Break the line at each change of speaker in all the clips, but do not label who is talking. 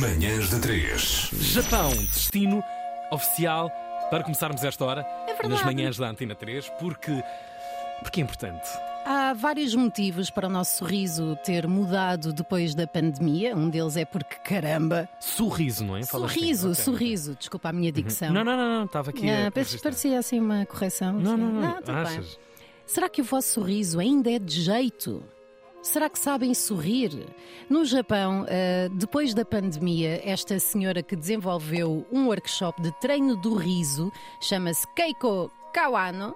Manhãs da 3.
Japão, um destino oficial para começarmos esta hora
É verdade.
nas manhãs da Antena 3, porque, porque é importante.
Há vários motivos para o nosso sorriso ter mudado depois da pandemia. Um deles é porque, caramba,
Sorriso, não é? Fala assim.
sorriso,
Ok. Uhum.
sorriso. Desculpa a minha dicção.
Não, não, não, não, estava aqui. a
Ah, penso que
registrar.
parecia assim uma correção.
Não,
assim.
não, Ah, não.
tudo bem.
Achas?
Será que o vosso sorriso ainda é de jeito? Será que sabem sorrir? No Japão, ah, depois da pandemia, esta senhora que desenvolveu um workshop de treino do riso chama-se Keiko Kawano.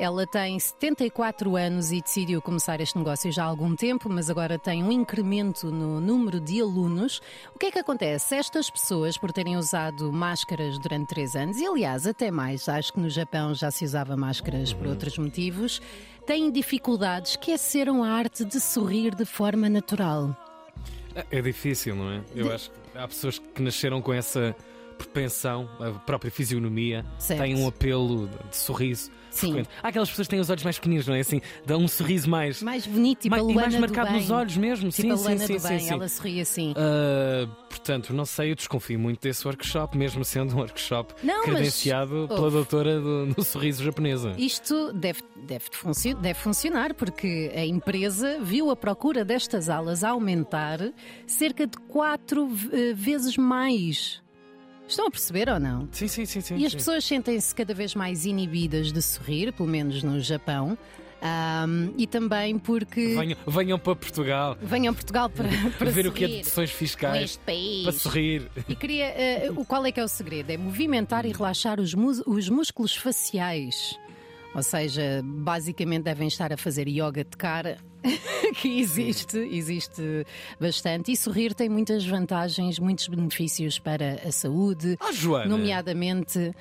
Ela tem 74 anos e decidiu começar este negócio já há algum tempo, mas agora tem um incremento no número de alunos. O que é que acontece? Estas pessoas, por terem usado máscaras durante três anos, e aliás, até mais, acho que no Japão já se usava máscaras por outros motivos, têm dificuldades, esqueceram a arte de sorrir de forma natural.
É difícil, não é? Eu acho que há pessoas que nasceram com essa propensão, a própria fisionomia,
Certo.
têm um apelo de sorriso.
Sim.
frequente. Há aquelas pessoas que têm os olhos mais pequeninos, não é? Assim, dão um sorriso mais.
Mais bonito, tipo
mais-
a
e
Luana
mais
do
marcado
bem.
nos olhos mesmo.
Tipo
sim,
a
sim,
Luana
sim,
do bem,
sim, sim.
ela sorri assim.
Uh, portanto, não sei, eu desconfio muito desse workshop, mesmo sendo um workshop
Não, mas-
credenciado pela
Ouve.
doutora do, do sorriso japonesa.
Isto deve, deve, funci- deve funcionar, porque a empresa viu a procura destas alas aumentar cerca de quatro eh, vezes mais. Estão a perceber ou não?
Sim, sim, sim, sim.
E as
sim.
pessoas sentem-se cada vez mais inibidas de sorrir, pelo menos no Japão, Ahm, e também porque
Venham, venham para Portugal
venham a Portugal para, para
ver
sorrir é
o que é de deduções
com
fiscais
este país.
para sorrir.
E queria. eh, o qual é que é o segredo? É movimentar e relaxar os, mus- os músculos faciais. Ou seja, basicamente devem estar a fazer yoga de cara, que existe, existe bastante. E sorrir tem muitas vantagens, muitos benefícios para a saúde,
Ah, Joana!
nomeadamente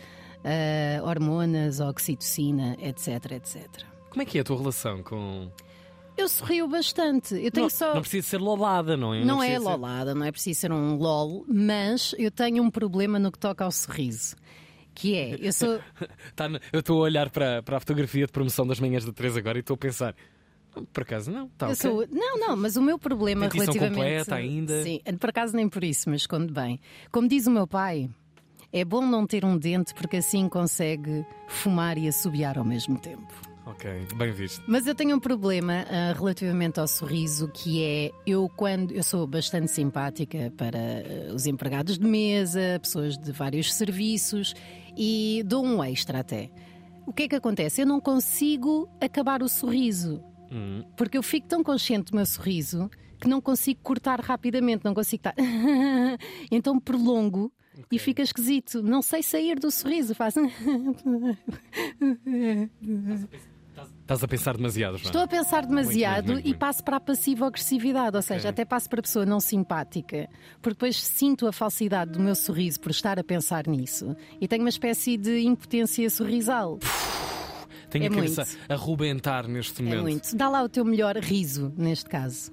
eh, hormonas, oxitocina, etc, etc.
Como é que é a tua relação com.
Eu sorrio bastante. Eu tenho
Não,
só.
não precisa ser lolada, não é?
Não, é
precisa ser-
lolada, não é preciso ser um lol, mas eu tenho um problema no que toca ao sorriso. Que é, eu sou.
Tá na- eu estou a olhar para, para a fotografia de promoção das manhãs da 3 agora e estou a pensar. "Hum, Por acaso não, tá está
Eu sou não, não, mas o meu problema
Dentição
relativamente.
completa ainda.
Sim, por acaso nem por isso, mas quando bem. Como diz o meu pai, é bom não ter um dente porque assim consegue fumar e assobiar ao mesmo tempo.
Ok, bem visto.
Mas eu tenho um problema ah, relativamente ao sorriso, que é eu quando eu sou bastante simpática para ah, os empregados de mesa, pessoas de vários serviços e dou um extra até. O que é que acontece? Eu não consigo acabar o sorriso,
Hum.
porque eu fico tão consciente do meu sorriso que não consigo cortar rapidamente, não consigo estar. então prolongo e fica esquisito. Não sei sair do sorriso, faço.
Estás a pensar demasiado, Joana.
Estou a pensar demasiado
muito, muito.
e passo para a passiva agressividade, ou seja, até passo para a pessoa não simpática, porque depois sinto a falsidade do meu sorriso por estar a pensar nisso e tenho uma espécie de impotência sorrisal.
Tenho
É
a cabeça
muito.
a arrebentar neste
É
momento.
muito. Dá lá o teu melhor riso, neste caso.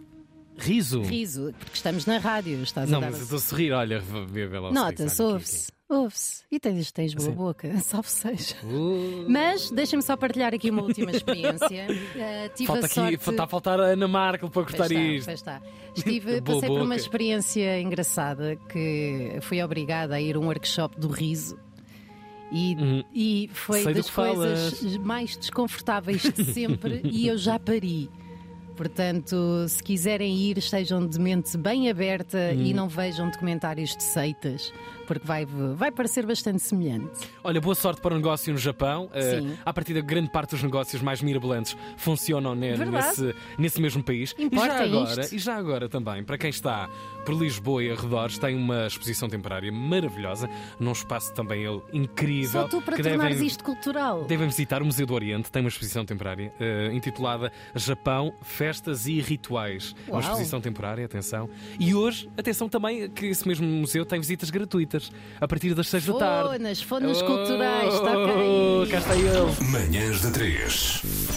Riso.
Riso, porque estamos na rádio, estás
Não,
a dar.
mas eu estou a sorrir, olha, vê vê lá o
Nota-se,
sorriso, olha, aqui,
ouve-se, ouve-se. E tens, tens boa boca, salve seja.
aqui. Uh,
Mas deixa-me só partilhar aqui uma última experiência. Ah, tive
falta
a
aqui,
sorte...
está a faltar a Ana Markel para cortar
Pois está,
isto.
pois está. Estive,
Boa
passei por
boca.
uma experiência engraçada que fui obrigada a ir a um workshop do riso. E, e foi
Uhum. Sei do
das
que
coisas mais desconfortáveis de sempre e eu já pari. Portanto, se quiserem ir, estejam de mente bem aberta
Uhum.
e não vejam documentários de seitas, porque vai, vai parecer bastante semelhante.
Olha, boa sorte para o negócio no Japão.
Sim.
a partir da grande parte dos negócios mais mirabolantes funcionam ne-
Verdade.
nesse, nesse mesmo país.
Importa
e já agora,
isto.
e já agora também, para quem está por Lisboa e arredores, tem uma exposição temporária maravilhosa, num espaço também ele incrível.
Só tu para
que
tornares
devem,
isto cultural.
Devem visitar o Museu do Oriente, tem uma exposição temporária eh, intitulada Japão, Festas e Rituais. É Uma
Uau.
exposição temporária, atenção. E hoje, atenção também, que esse mesmo museu tem visitas gratuitas a partir das 6 da tarde.
Fonas, tá fonas
Oh,
culturais, está
Cá está
Manhãs da 3.